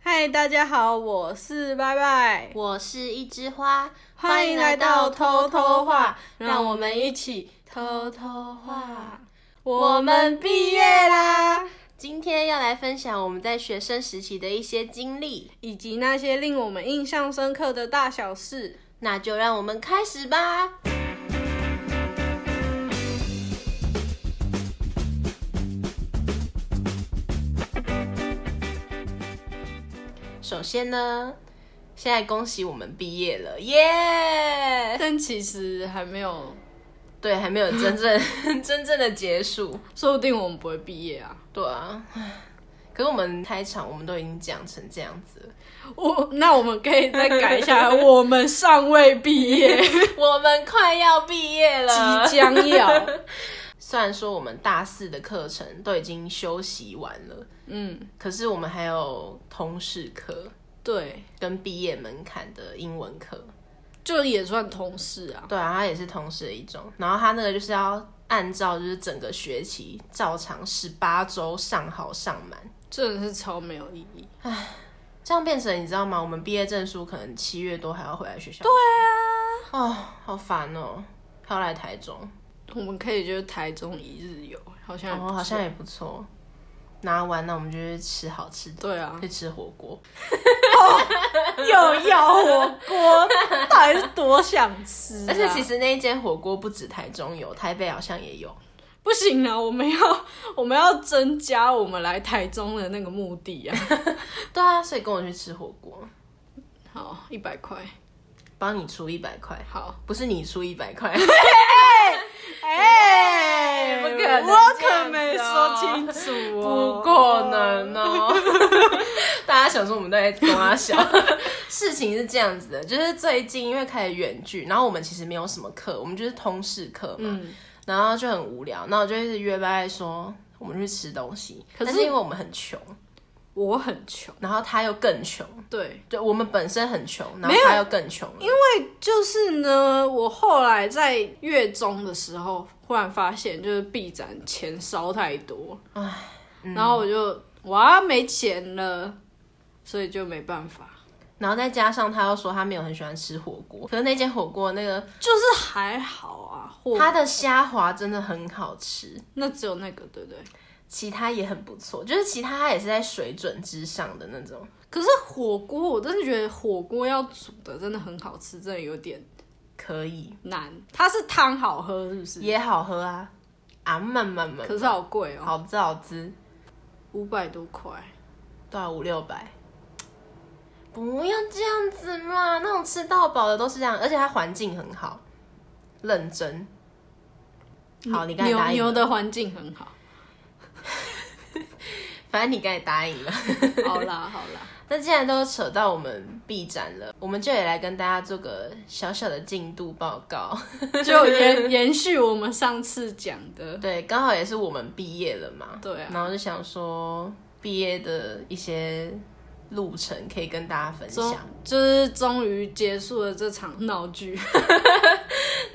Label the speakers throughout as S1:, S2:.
S1: 嗨，大家好，我是拜拜，
S2: 我是一枝花，
S1: 欢迎来到偷偷话，让
S2: 让
S1: 我
S2: 我们
S1: 们一
S2: 一
S1: 起
S2: 起
S1: 偷
S2: 偷
S1: 偷
S2: 偷
S1: 话
S2: 话。
S1: 我们毕业啦，
S2: 今天要来分享我们在学生时期的一些经历，
S1: 以及那些令我们印象深刻的大小事。
S2: 那就让我们开始吧。首先呢，现在恭喜我们毕业了，耶、
S1: 但其实还没有，
S2: 对，还没有真正 真正的结束。
S1: 说不定我们不会毕业啊。
S2: 对啊， 唉可是我们开场我们都已经讲成这样子了，
S1: 我那我们可以再改一下， 我们尚未毕业，
S2: 我们快要毕业了，
S1: 即将要。
S2: 虽然说我们大四的课程都已经休息完了，
S1: 嗯，
S2: 可是我们还有通识课
S1: 对，
S2: 跟毕业门槛的英文课。
S1: 就也算同事啊。
S2: 对啊，它也是通识的一种。然后它那个就是要按照就是整个学期照常十八周上好上满。
S1: 真的是超没有意义。
S2: 这样变成你知道吗？我们毕业证书可能七月多还要回来学校。对啊，哦，好烦哦，还要来台中，
S1: 我们可以就是台中一日游，好像也不
S2: 哦，
S1: 错
S2: 好像也不错。拿完那我们就去吃好吃的，
S1: 对啊，
S2: 去吃火锅。
S1: 又要火锅，到底是多想吃、啊
S2: 而且其
S1: 实
S2: 实那一间火锅不止台中有，台北好像也有。
S1: 不行啊，我们要 我们要增加我们来台中的那个目的啊。
S2: 对啊，所以跟我去吃火锅，
S1: 好，一百块，
S2: 帮你出一百块，
S1: 好，
S2: 不是你出一百块。
S1: 哎
S2: 不可
S1: 我
S2: 能这样
S1: 可
S2: 子
S1: 没说
S2: 哦
S1: 清楚哦，
S2: 不可能哦！ 大家想说我们在跟他小 事情是这样子的，就是最近因为开始远距，然后我们其实没有什么课，我们就是通识课嘛，
S1: 嗯
S2: 然后就很无聊，那我就一直约拜拜说我们去吃东西，
S1: 可是
S2: 但是因为我们很穷，
S1: 我很穷，
S2: 然后他又更穷，
S1: 对，
S2: 对我们本身很穷，然后他又更穷了，因为
S1: 就是呢，我后来在月中的时候，忽然发现就是 B 展钱烧太多，
S2: 嗯
S1: 然后我就哇没钱了，所以就没办法，
S2: 然后再加上他又说他没有很喜欢吃火锅，可是那间火锅那个
S1: 就是还好啊，或
S2: 他的虾滑真的很好吃，
S1: 那只有那个对不对？
S2: 其他也很不错，就是其他它也是在水准之上的那种。
S1: 可是火锅，我真的觉得火锅要煮的真的很好吃，真的有点
S2: 可以，
S1: 难。它是汤好喝是不是？
S2: 也好喝啊，啊慢慢慢，
S1: 可是好贵哦、
S2: 好滋好滋，
S1: 五百多块。
S2: 多少五六百？不要这样子嘛，那种吃到饱的都是这样，而且它环境很好，认真。好，你刚才
S1: 牛
S2: 答应
S1: 牛
S2: 了，
S1: 的环境很好，
S2: 反正你刚才答应了。
S1: 好啦好啦，
S2: 那既然都扯到我们 B 展了，我们就也来跟大家做个小小的进度报告。
S1: 就延延续我们上次讲的，
S2: 对，刚好也是我们毕业了嘛，
S1: 对啊
S2: 然后就想说毕业的一些路程可以跟大家 分
S1: 终
S2: 享。
S1: 就是终于结束了这场闹剧。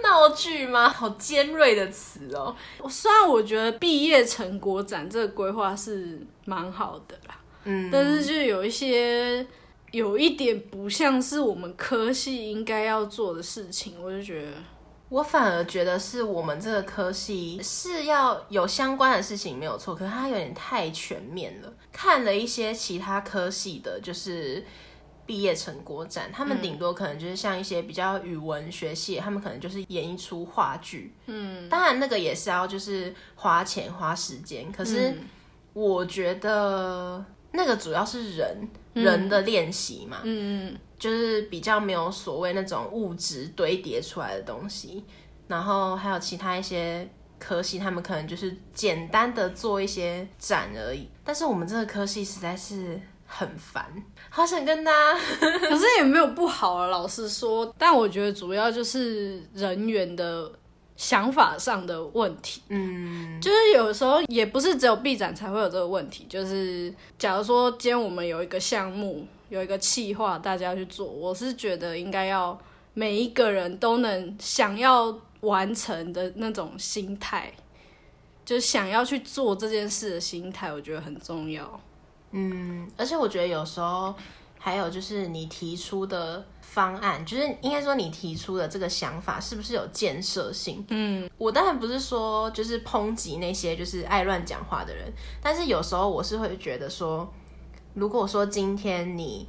S2: 闹剧吗？好尖锐的词哦。
S1: 虽然我觉得毕业成果展这个规划是蛮好的啦，
S2: 嗯，
S1: 但是就有一些有一点不像是我们科系应该要做的事情，我就觉得
S2: 我反而觉得是我们这个科系是要有相关的事情没有错，可是它有点太全面了。看了一些其他科系的，就是。毕业成果展，他们顶多可能就是像一些比较语文学系，他们可能就是演一出话剧，嗯，当然那个也是要就是花钱花时间，可
S1: 嗯
S2: 是我觉得那个主要是人、人的练习嘛，
S1: 嗯，
S2: 就是比较没有所谓那种物质堆叠出来的东西，然后还有其他一些科系，他们可能就是简单的做一些展而已。但是我们这个科系实在是很烦，好想跟大家
S1: 可是也没有不好啊，老实说，但我觉得主要就是人员的想法上的问题。嗯，就是有时候也不是只有 B 展才会有这个问题，就是假如说今天我们有一个项目，有一个企划，大家去做，我是觉得应该要每一个人都能想要完成的那种心态。就是想要去做这件事的心态，我觉得很重要。
S2: 嗯，而且我觉得有时候还有就是你提出的方案，就是应该说你提出的这个想法是不是有建设性？嗯，我当然不是说就是抨击那些就是爱乱讲话的人，但是有时候我是会觉得说，如果说今天你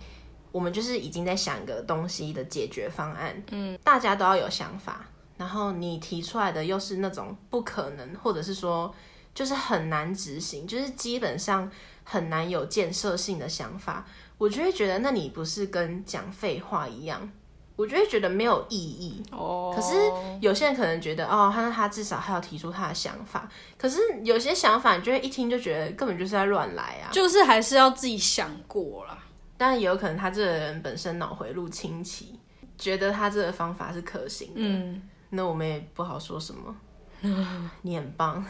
S2: 我们就是已经在想一个东西的解决方案，嗯，大家都要有想法，然后你提出来的又是那种不可能，或者是说就是很难执行，就是基本上很难有建设性的想法，我就会觉得那你不是跟讲废话一样，我就会觉得没有意义。
S1: 哦
S2: 可是有些人可能觉得哦，他他至少还要提出他的想法，可是有些想法你就会一听就觉得根本就是在乱来啊。
S1: 就是还是要自己想过啦。
S2: 当然也有可能他这个人本身脑回路清奇，觉得他这个方法是可行的，
S1: 嗯，
S2: 那我们也不好说什么。你很棒，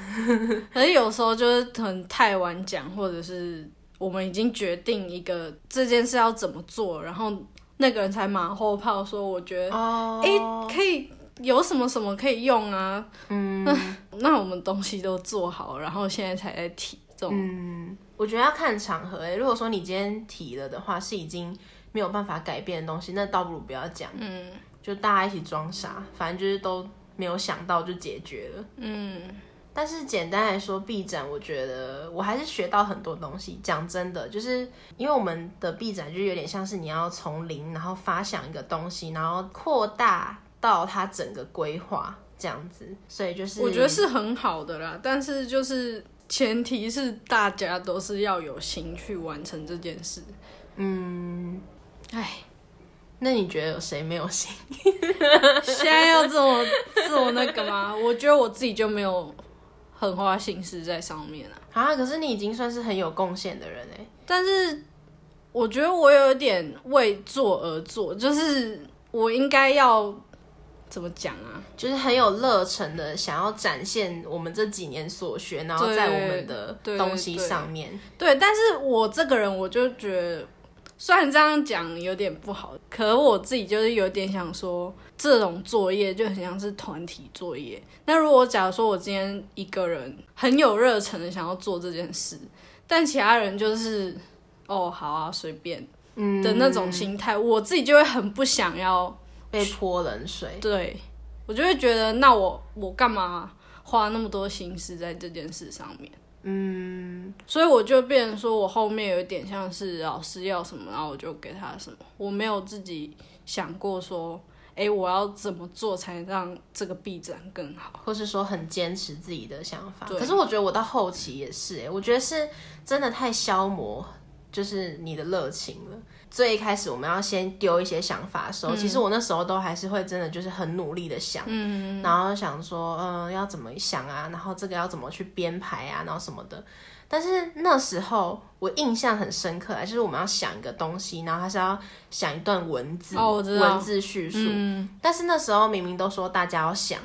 S1: 可是有时候就是可能太晚讲，或者是我们已经决定一个这件事要怎么做，然后那个人才马后炮说，我觉得
S2: 哦
S1: 诶可以有什么什么可以用啊？
S2: 嗯
S1: 那我们东西都做好，然后现在才在提这种。
S2: 嗯，我觉得要看场合、欸。如果说你今天提了的话，是已经没有办法改变的东西，那倒不如不要讲，
S1: 嗯
S2: 就大家一起装傻，反正就是都没有想到就解决了。
S1: 嗯
S2: 但是简单来说，B 展我觉得我还是学到很多东西。讲真的，就是因为我们的 B 展就有点像是你要从零，然后发想一个东西，然后扩大到它整个规划这样子，所以就是
S1: 我觉得是很好的啦，但是就是前提是大家都是要有心去完成这件事。
S2: 嗯。
S1: 哎，
S2: 那你觉得有谁没有心？
S1: 现在要这么这么那个吗？我觉得我自己就没有很花心思在上面啊，
S2: 啊，可是你已经算是很有贡献的人哎。
S1: 但是我觉得我有点为做而做，就是我应该要怎么讲啊？
S2: 就是很有热忱的，想要展现我们这几年所学，然后在我们的
S1: 对对
S2: 东西
S1: 对
S2: 上面，
S1: 对，但是我这个人我就觉得，虽然这样讲有点不好，可我自己就是有点想说，这种作业就很像是团体作业。那如果假如说我今天一个人很有热忱的想要做这件事，但其他人就是哦好啊随便
S2: 嗯
S1: 的那种心态，我自己就会很不想要。
S2: 被泼冷水。
S1: 对我就会觉得，那我我干嘛花那么多心思在这件事上面？
S2: 嗯，
S1: 所以我就变成说，我后面有点像是老师要什么，然后我就给他什么，我没有自己想过说，哎、我要怎么做才能让这个 B 展更好？
S2: 或是说很坚持自己的想法。
S1: 对
S2: 可是我觉得我到后期也是、欸，我觉得是真的太消磨，就是你的热情了。最一开始我们要先丢一些想法的时
S1: 嗯
S2: 候，其实我那时候都还是会真的就是很努力的想，嗯，然后想说，嗯、要怎么想啊，然后这个要怎么去编排啊，然后什么的。但是那时候我印象很深刻啊，就是我们要想一个东西，然后他是要想一段文字，
S1: 哦我知道嗯
S2: 文字叙述。但是那时候明明都说大家要想，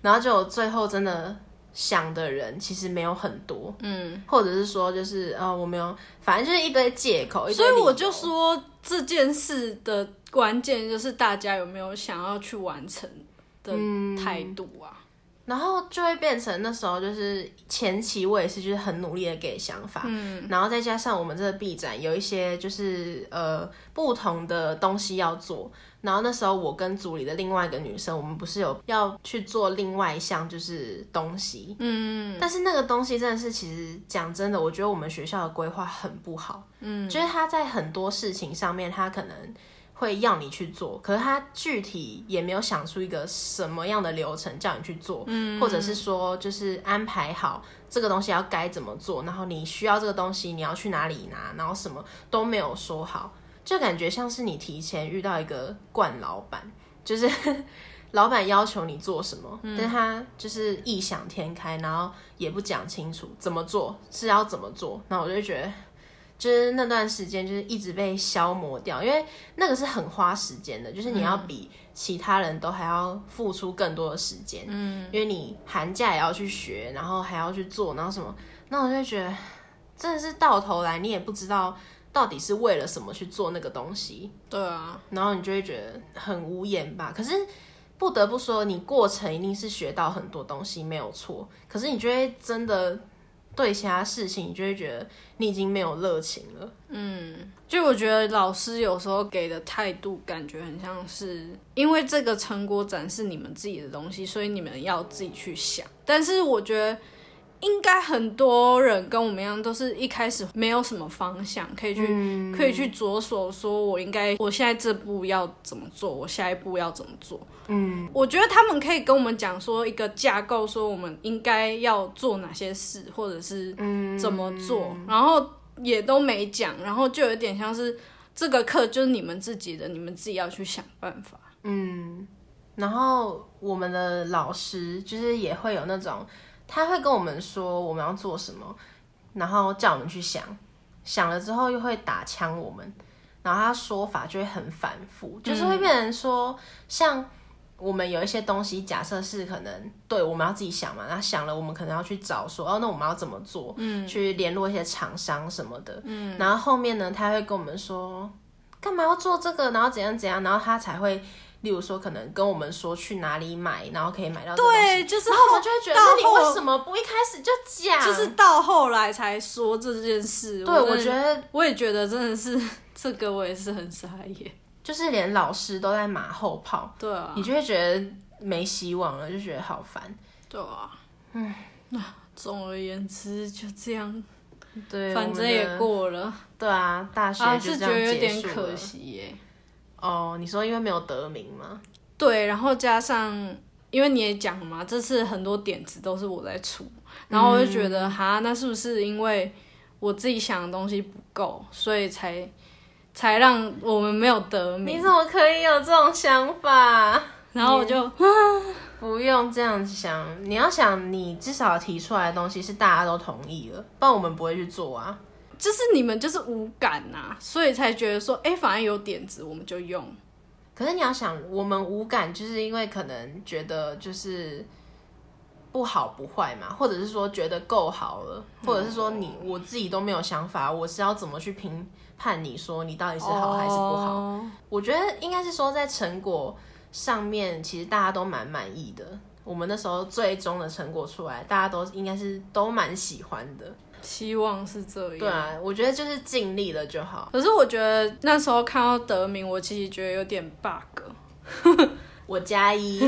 S2: 然后就最后真的想的人其实没有很多，嗯，或者是说就是呃我没有，反正就是一堆借口，哦一堆
S1: 所以
S2: 理由
S1: 我就说这件事的关键就是大家有没有想要去完成的
S2: 嗯
S1: 态度啊？
S2: 然后就会变成那时候就是前期我也是就是很努力的给想法，嗯，然后再加上我们这个 B 展有一些就是呃不同的东西要做，然后那时候我跟组里的另外一个女生，我们不是有要去做另外一项就是东西，嗯，但是那个东西真的是其实讲真的，我觉得我们学校的规划很不好，嗯，就是他在很多事情上面他可能。会要你去做，可是他具体也没有想出一个什么样的流程叫你去做，或者是说就是安排好这个东西要该怎么做，然后你需要这个东西你要去哪里拿，然后什么都没有说好，就感觉像是你提前遇到一个惯老板，就是 老板要求你做什么，但他就是异想天开，然后也不讲清楚怎么做是要怎么做，那我就觉得。就是那段时间，就是一直被消磨掉，因为那个是很花时间的，就是你要比其他人都还要付出更多的时间，嗯，因为你寒假也要去学，然后还要去做，然后什么，那我就会觉得真的是到头来你也不知道到底是为了什么去做那个东西，
S1: 对啊，
S2: 然后你就会觉得很无言吧。可是不得不说，你过程一定是学到很多东西，没有错。可是你就会真的对其他事情，你就会觉得你已经没有热情了。
S1: 就我觉得老师有时候给的态度，感觉很像是因为这个成果展示你们自己的东西，所以你们要自己去想。但是我觉得。应该很多人跟我们一样，都是一开始没有什么方向可以去、可以去着手，说我应该我现在这步要怎么做，我下一步要怎么做。嗯，我觉得他们可以跟我们讲说一个架构，说我们应该要做哪些事，或者是怎么做，然后也都没讲，然后就有点像是这个课就是你们自己的，你们自己要去想办法。
S2: 然后我们的老师就是也会有那种，他会跟我们说我们要做什么，然后叫我们去想，想了之后又会打枪我们，然后他说法就会很反复，就是会变成说，像我们有一些东西，假设是可能对我们要自己想嘛，那想了我们可能要去找说，哦，那我们要怎么做，嗯，去联络一些厂商什么的，嗯，然后后面呢，他会跟我们说干嘛要做这个，然后怎样怎样，然后他才会。例如说，可能跟我们说去哪里买，哎然后可以买到这个东西
S1: 对，就是
S2: 然后我们就会觉得，那你
S1: 到后
S2: 为什么不一开始就讲？
S1: 就是到后来才说这件事。
S2: 对，我
S1: 真的
S2: 觉得
S1: 我也觉得真的是 这个，我也是很傻眼。
S2: 就是连老师都在马后炮，
S1: 对啊，
S2: 你就会觉得没希望了，就觉得好烦。
S1: 对啊，嗯，总而言之就这样，
S2: 对，
S1: 反正也
S2: 我们
S1: 过了
S2: 的。对啊，大学
S1: 啊，
S2: 就是这
S1: 觉得
S2: 样
S1: 有
S2: 结
S1: 点
S2: 束了。
S1: 可惜耶。
S2: 哦，你说因为没有得名吗？
S1: 对，然后加上因为你也讲了嘛，这次很多点子都是我在出，然后我就觉得、哈，那是不是因为我自己想的东西不够，所以才才让我们没有得
S2: 你
S1: 名？
S2: 怎么可以有这种想法？
S1: 然后我就
S2: 不用这样想，你要想，你至少提出来的东西是大家都同意了，不然我们不会去做啊。
S1: 就是你们就是无感呐、所以才觉得说，哎、反正有点子我们就用。
S2: 可是你要想，我们无感，就是因为可能觉得就是不好不坏嘛，或者是说觉得够好了，或者是说你我自己都没有想法，我是要怎么去评判你说你到底是好还是不好？
S1: 哦
S2: 我觉得应该是说在成果上面，其实大家都蛮满意的。我们那时候最终的成果出来，大家都应该是都蛮喜欢的。
S1: 希望是这样。
S2: 对啊，我觉得就是尽力了就好。
S1: 可是我觉得那时候看到得名，我其实觉得有点 bug。
S2: 我加一，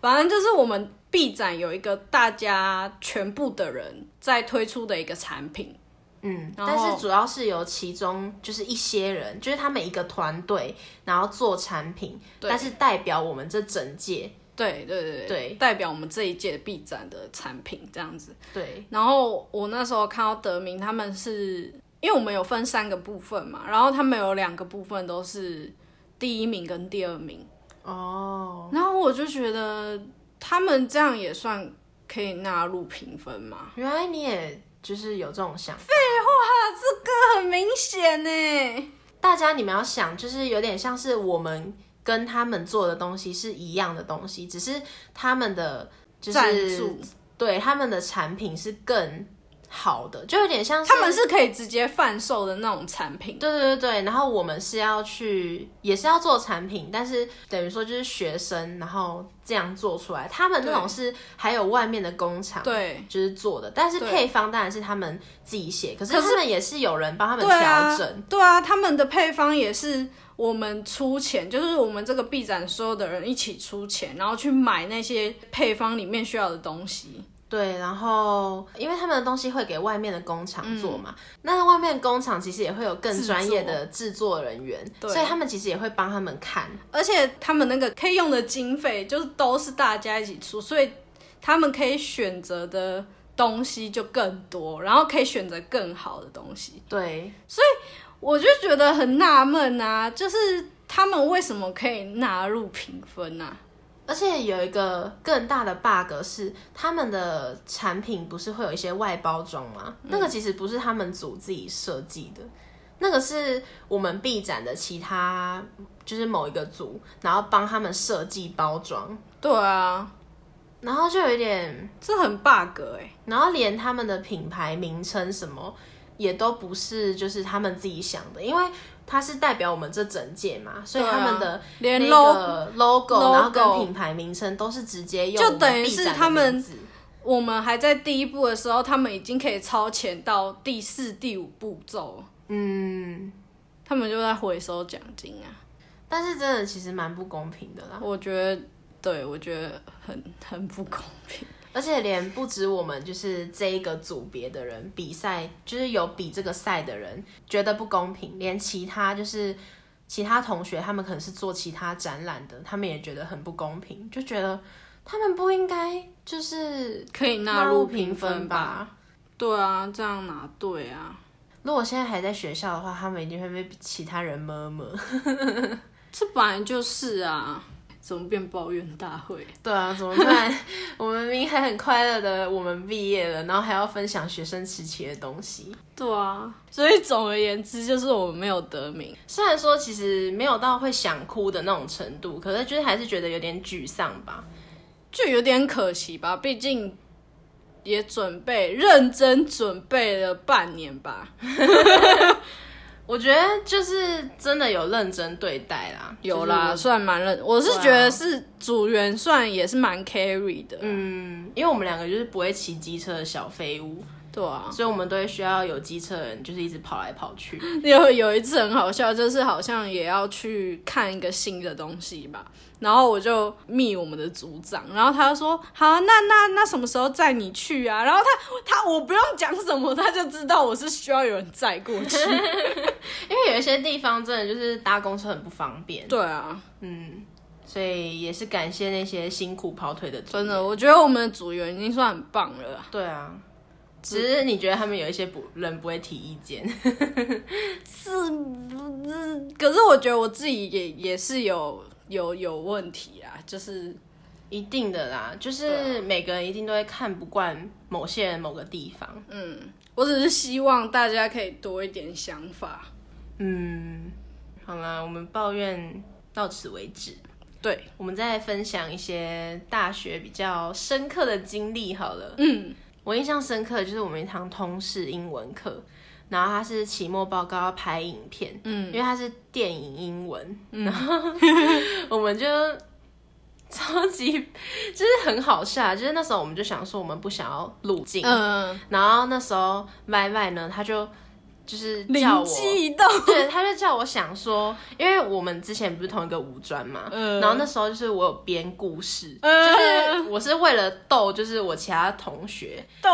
S1: 反正就是我们 B 展有一个大家全部的人在推出的一个产品，
S2: 嗯，
S1: 然
S2: 但
S1: 后
S2: 是主要是由其中就是一些人，就是他们一个团队，然后做产品，
S1: 对
S2: 但是代表我们这整届，
S1: 对对对
S2: 对
S1: 代表我们这一届 B 展的产品这样子。
S2: 对，
S1: 然后我那时候看到德明他们是，因为我们有分三个部分嘛，然后他们有两个部分都是第一名跟第二名，
S2: 哦，
S1: 然后我就觉得他们这样也算可以纳入评分嘛，
S2: 原来你也就是有这种想法，
S1: 这很明显
S2: 欸
S1: 呢。
S2: 大家你们要想，就是有点像是我们跟他们做的东西是一样的东西，只是他们的就
S1: 赞
S2: 是
S1: 助，
S2: 对他们的产品是更好的，就有点像是
S1: 他们是可以直接贩售的那种产品。
S2: 对对对对，然后我们是要去，也是要做产品，但是等于说就是学生，然后这样做出来。他们那种是还有外面的工厂，，
S1: 对，
S2: 就是做的，但是
S1: 对
S2: 配方当然是他们自己写，可是
S1: 可
S2: 他们也是有人帮他们
S1: 对啊
S2: 调整，
S1: 对啊，他们的配方也是我们出钱，就是我们这个 B 展所有的人一起出钱，然后去买那些配方里面需要的东西。
S2: 对，然后因为他们的东西会给外面的工厂做嘛，那外面的工厂其实也会有
S1: 嗯
S2: 更
S1: 制
S2: 专业
S1: 作
S2: 的制作人员，
S1: 对
S2: 所以他们其实也会帮他们看，
S1: 而且他们那个可以用的经费，就是都是大家一起出，所以他们可以选择的东西就更多，然后可以选择更好的东西。
S2: 对，
S1: 我就觉得很纳闷啊，就是他们为什么可以纳入评分啊？
S2: 而且有一个更大的 bug 是，他们的产品不是会有一些外包装吗？
S1: 嗯
S2: 那个其实不是他们组自己设计的，那个是我们 B 展的其他就是某一个组，然后帮他们设计包装，
S1: 对啊，
S2: 然后就有一点，
S1: 这很 bug 哎、
S2: 然后连他们的品牌名称什么也都不是就是他们自己想的，因为它是代表我们这整届嘛，所以
S1: 对啊
S2: 他们的
S1: 连
S2: 那
S1: logo
S2: 个 logo，然
S1: logo
S2: 后跟品牌名称都是直接用
S1: 就
S2: 我们
S1: 等于
S2: B
S1: 是
S2: 展的
S1: 他们
S2: 名字
S1: 我们还在第一步的时候，他们已经可以超前到第四、第五步骤，
S2: 嗯，
S1: 他们就在回收奖金啊。
S2: 但是真的其实蛮不公平的啦，
S1: 我觉得，对我觉得很很不公平。
S2: 而且连不止我们就是这一个组别的人比赛，就是有比这个赛的人觉得不公平，连其他就是其他同学，他们可能是做其他展览的，他们也觉得很不公平，就觉得他们不应该就是
S1: 可以纳
S2: 纳
S1: 入
S2: 入
S1: 评
S2: 评
S1: 分
S2: 分
S1: 吧？
S2: 吧。
S1: 对啊，这样拿对啊，
S2: 如果现在还在学校的话，他们一定会被其他人摸摸。
S1: 这本来就是啊，怎么变抱怨大会？
S2: 对啊，怎么办？ 我们明明还很快乐的，我们毕业了，然后还要分享学生时期的东西。
S1: 对啊，所以总而言之，就是我们没有得名。
S2: 虽然说其实没有到会想哭的那种程度，可是就是还是觉得有点沮丧吧。
S1: 就有点可惜吧，毕竟也准备认真准备了半年吧，
S2: 我觉得就是真的有认真对待啦，
S1: 有啦，
S2: 就是
S1: 算蛮认。我是
S2: 对啊
S1: 觉得是组员算也是蛮 carry 的，
S2: 嗯，因为我们两个就是不会骑机车的小废物，
S1: 对啊。
S2: 所以我们都会需要有机车的人，就是一直跑来跑去。
S1: 有有一次很好笑，就是好像也要去看一个新的东西吧，然后我就密我们的组长，然后他就说好啊，那那那什么时候载你去啊？然后他他我不用讲什么，他就知道我是需要有人载过 去。
S2: 因为有一些地方真的就是搭公车很不方便，
S1: 对啊，
S2: 嗯，所以也是感谢那些辛苦跑腿的组
S1: 真的，我觉得我们的组员已经算很棒了啊。
S2: 对啊，只是你觉得他们有一些不人不会提意见，
S1: 可是我觉得我自己也也是有有有问题啊，就是
S2: 一定的啦，就是每个人一定都会看不惯某些人某个地方。
S1: 我只是希望大家可以多一点想法。
S2: 嗯，好啦，我们抱怨到此为止。
S1: 对，
S2: 我们再分享一些大学比较深刻的经历好了。嗯，我印象深刻的就是我们一堂通识英文课，然后他是期末报告要拍影片，嗯，因为他是电影英文，
S1: 嗯
S2: 然后我们就超级就是很好笑，就是那时候我们就想说我们不想要录镜，
S1: 嗯，
S2: 然后那时候 Y Y 呢他就就是叫
S1: 灵
S2: 我
S1: 机一动，
S2: 对，他就叫我想说，因为我们之前不是同一个五专嘛，
S1: 嗯
S2: 然后那时候就是我有编故事，
S1: 嗯
S2: 就是我是为了逗，就是我其他同学
S1: 逗，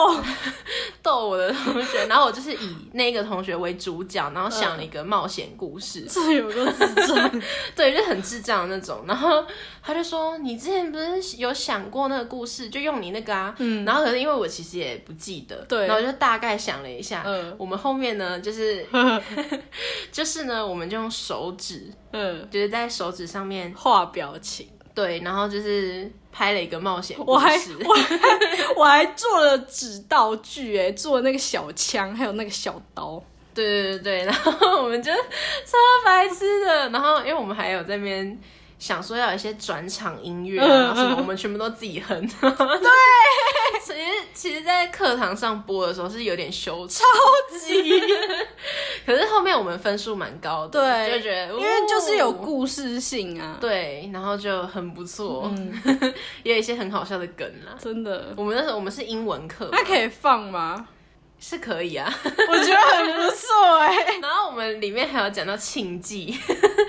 S2: 逗我的同学，然后我就是以那个同学为主角，然后想了一个冒险故事，
S1: 这有个智障，
S2: 对，就很智障的那种。然后他就说：“你之前不是有想过那个故事，就用你那个啊。”嗯，然后可是因为我其实也不记得，
S1: 对
S2: 然后我就大概想了一下。
S1: 嗯
S2: 我们后面呢，就是 就是呢，我们就用手指，
S1: 嗯，
S2: 就是在手指上面
S1: 画表情，
S2: 对，然后就是拍了一个冒险故事。
S1: 我还我还我还做了纸道具、欸，哎，做那个小枪，还有那个小刀，
S2: 对 对对 对，然后我们就超白痴的，然后因为我们还有在那边想说要有一些转场音乐啊，
S1: 嗯
S2: 然后什么
S1: 嗯
S2: 我们全部都自 己哼。对，其实其实，在课堂上播的时候是有点羞耻， 可是后面我们分数蛮高的，
S1: 对
S2: 就觉得
S1: 因为就是有
S2: 哦
S1: 故事性啊，
S2: 对，然后就很不错，
S1: 嗯
S2: 也有一些很好笑的梗啦。
S1: 真的，
S2: 我们那时候我们是英文课嘛，
S1: 那可以放吗？
S2: 是可以啊。
S1: 我觉得很不错、哎，
S2: 然后我们里面还有讲到庆忌，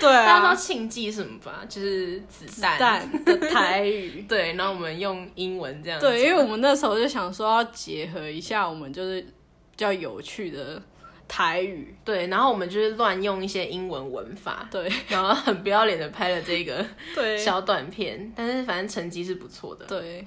S1: 对
S2: 大家知道
S1: 啊，
S2: 庆忌什么吧？就是子弹。
S1: 蛋的台语。
S2: 对，然后我们用英文这样。
S1: 对，因为我们那时候就想说要结合一下我们就是比较有趣的台语，
S2: 对，然后我们就是乱用一些英文文法，
S1: 对
S2: 然后很不要脸的拍了这个
S1: 对
S2: 小短片，但是反正成绩是不错的。
S1: 对，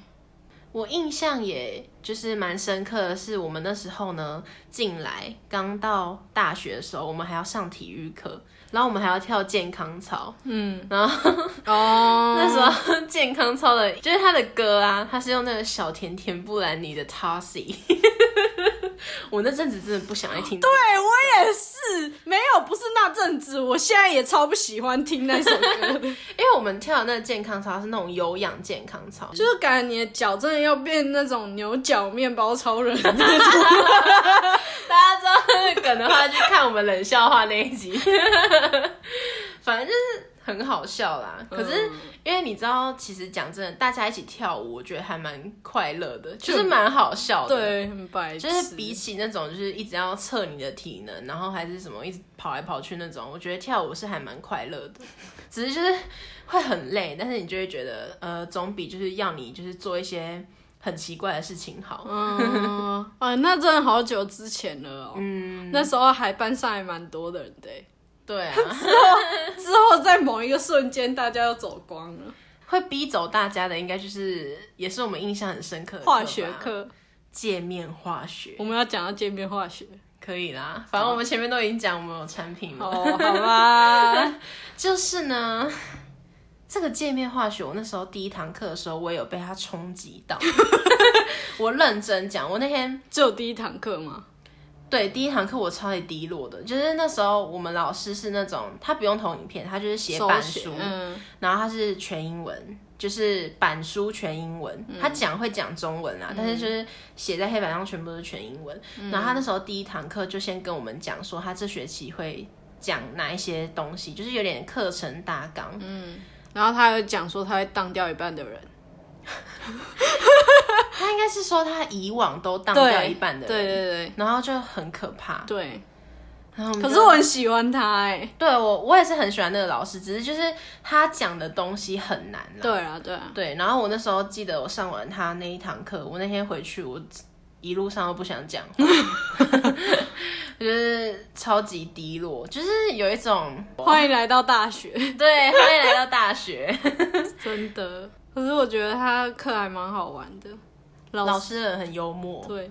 S2: 我印象也就是蛮深刻的是，我们那时候呢进来刚到大学的时候，我们还要上体育课，然后我们还要跳健康操，
S1: 嗯，
S2: 然后
S1: 哦，
S2: 那时候健康操的，就是他的歌啊，他是用那个小甜甜布兰妮的 Tossy。我那阵子真的不想再听，
S1: 对
S2: 对，
S1: 我也是，没有，不是那阵子，我现在也超不喜欢听那首歌的，
S2: 因为我们跳的那个健康操是那种有氧健康操，就
S1: 就是感觉你的脚真的要变那种牛角面包超人那种，
S2: 大家 知道那个梗的话，就看我们冷笑话那一集。反正就是很好笑啦。可是因为你知道，其实讲真的，大家一起跳舞，我觉得还蛮快乐的，就是蛮好笑的。
S1: 对，很白痴，
S2: 就是比起那种就是一直要测你的体能，然后还是什么一直跑来跑去那种，我觉得跳舞是还蛮快乐的，只是就是会很累，但是你就会觉得呃，总比就是要你就是做一些很奇怪的事情好。
S1: 嗯，啊，那真的好久之前了哦。嗯，那时候还班上还蛮多的人的欸、
S2: 对 啊，
S1: 之后在某一个瞬间，大家都走光了。
S2: 会逼走大家的应该就是也是我们印象很深刻的课吧
S1: 化学课，哦
S2: 界面化学
S1: 我们要讲到界面化学。
S2: 可以啦，反正我们前面都已经讲我们有产品嘛，
S1: 哦，好 吧，
S2: 就是呢，这个界面化学，我那时候第一堂课的时候，我也有被它冲 击到。我认真讲，我那天
S1: 只有第一堂课吗？
S2: 对第一堂课我超级低落的，就是那时候我们老师是那种他不用投影片，他就是写板
S1: 手写
S2: 书，
S1: 嗯，
S2: 然后他是全英文，就是板书全英文，
S1: 嗯
S2: 他讲会讲中文啦，但是就是写在黑板上全部都是全英文。
S1: 嗯
S2: 然后他那时候第一堂课就先跟我们讲说，他这学期会讲哪一些东西，就是有点课程大纲。
S1: 然后他有讲说他会当掉一半的人，
S2: 他应该是说他以往都当掉一半的人，
S1: 对对
S2: 然后就很可怕。
S1: 对
S2: 然后我
S1: 对。
S2: 们
S1: 可
S2: 就是
S1: 我很喜欢他哎、
S2: 对我我也是很喜欢那个老师，只是就是他讲的东西很难啦。
S1: 对啊对啊，
S2: 对，然后我那时候记得我上完他那一堂课，我那天回去，我一路上都不想讲话， 就是超级低落，就是有 一种
S1: 欢迎来到大学。
S2: 对欢迎来到大学，
S1: 真的。可是我觉得他课还蛮好玩的，老
S2: 老师人很幽默，
S1: 对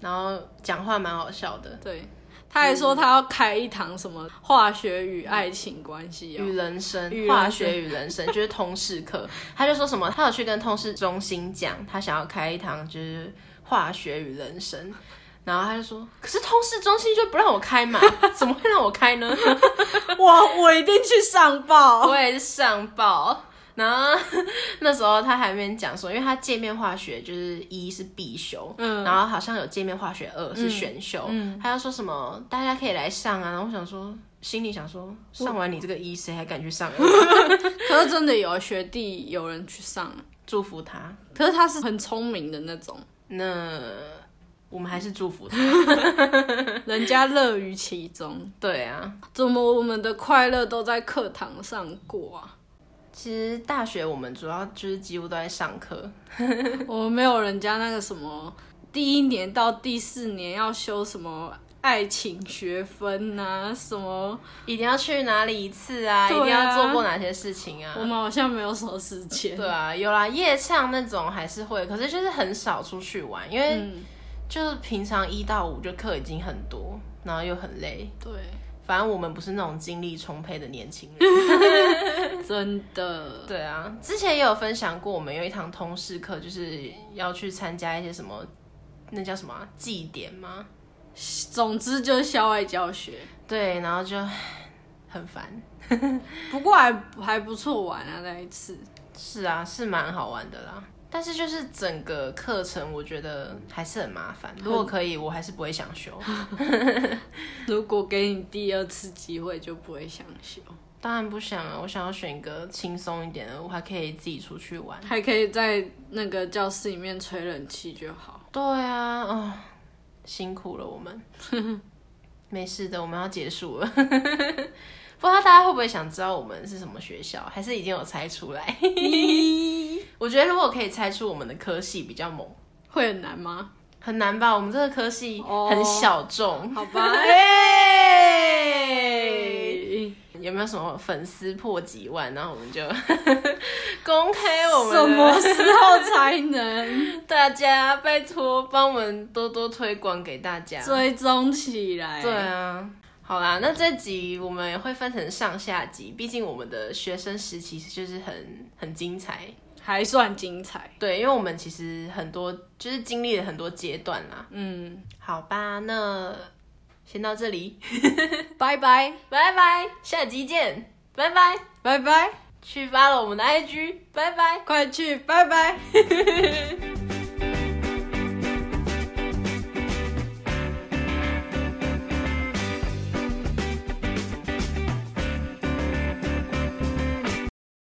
S2: 然后讲话蛮好笑的，
S1: 对，他还说他要开一堂什么化学与爱情关系哦、
S2: 与人生
S1: 与人生
S2: 化学与人生 就是通识课，他就说什么他有去跟通识中心讲，他想要开一堂就是化学与人生。然后他就说：“可是通识中心就不让我开嘛， 怎么会让我 开呢？”嗯
S1: 我我一定去上报。
S2: 我也是上报。然后那时候他还没讲说，因为他界面化学就是一是必修，嗯，然后好像有界面化学二是选修，嗯，他就说什么大家可以来上啊。然后我想说，心里想说，上完你这个一，谁还敢去上啊？
S1: 可是真的有啊学弟有人去上，
S2: 祝福他。
S1: 可是他是很聪明的那种，
S2: 那我们还是祝福他。
S1: 人家乐于其中。
S2: 对啊，
S1: 怎么我们的快乐都在课堂上过啊？
S2: 其实大学我们主要就是几乎都在上课，
S1: 我们没有人家那个什么，第一年到第四年要修什么爱情学分呐、什么
S2: 一定要去哪里一次啊，一
S1: 对啊
S2: 定要做过哪些事情啊。
S1: 我们好像没有什么时间。
S2: 对啊，有啦，夜唱那种还是会，可是就是很少出去玩，因为
S1: 嗯，
S2: 就是平常一到五就课已经很多，然后又很累。
S1: 对，
S2: 反正我们不是那种精力充沛的年轻 人。
S1: 真的，
S2: 对啊，之前也有分享过，我们有一堂通识课，就是要去参加一些什么，那叫什么啊、祭典吗？
S1: 总之就是校外教学，
S2: 对，然后就唉很烦。
S1: 不过还还不错玩啊那一次。
S2: 是啊，是蛮好玩的啦。但是就是整个课程，我觉得还是很麻烦。如果可以，我还是不会想修。
S1: 如果给你第二次机会，就不会想修，
S2: 当然不想啊，我想要选一个轻松一点的，我还可以自己出去玩。
S1: 还可以在那个教室里面吹冷气就好。
S2: 对啊，啊、辛苦了我们。没事的，我们要结束了。 不知道大家会不会想知道我们是什么学校，还是已经有猜出来？ 我觉得如果可以猜出我们的科系比较猛，
S1: 会很难吗？
S2: 很难吧？我们这个科系
S1: 哦
S2: 很小众。
S1: 好 吧。
S2: 哎有没有什么粉丝破几万，然后我们就 公开我们的
S1: 什么时候才 能
S2: 大家拜托帮我们多多推广给大家。
S1: 追踪起来？
S2: 对，啊，好啦，那这集我们会分成上下集，毕竟我们的学生时期就是很很精彩。
S1: 还算精彩。
S2: 对，因为我们其实很多就是经历了很多阶段啦。
S1: 嗯，
S2: 好吧，那先到这里，
S1: 拜拜，
S2: 拜拜，下集见，拜拜，
S1: 拜拜，
S2: 去发了我们的 IG，拜拜。
S1: 快去，拜拜。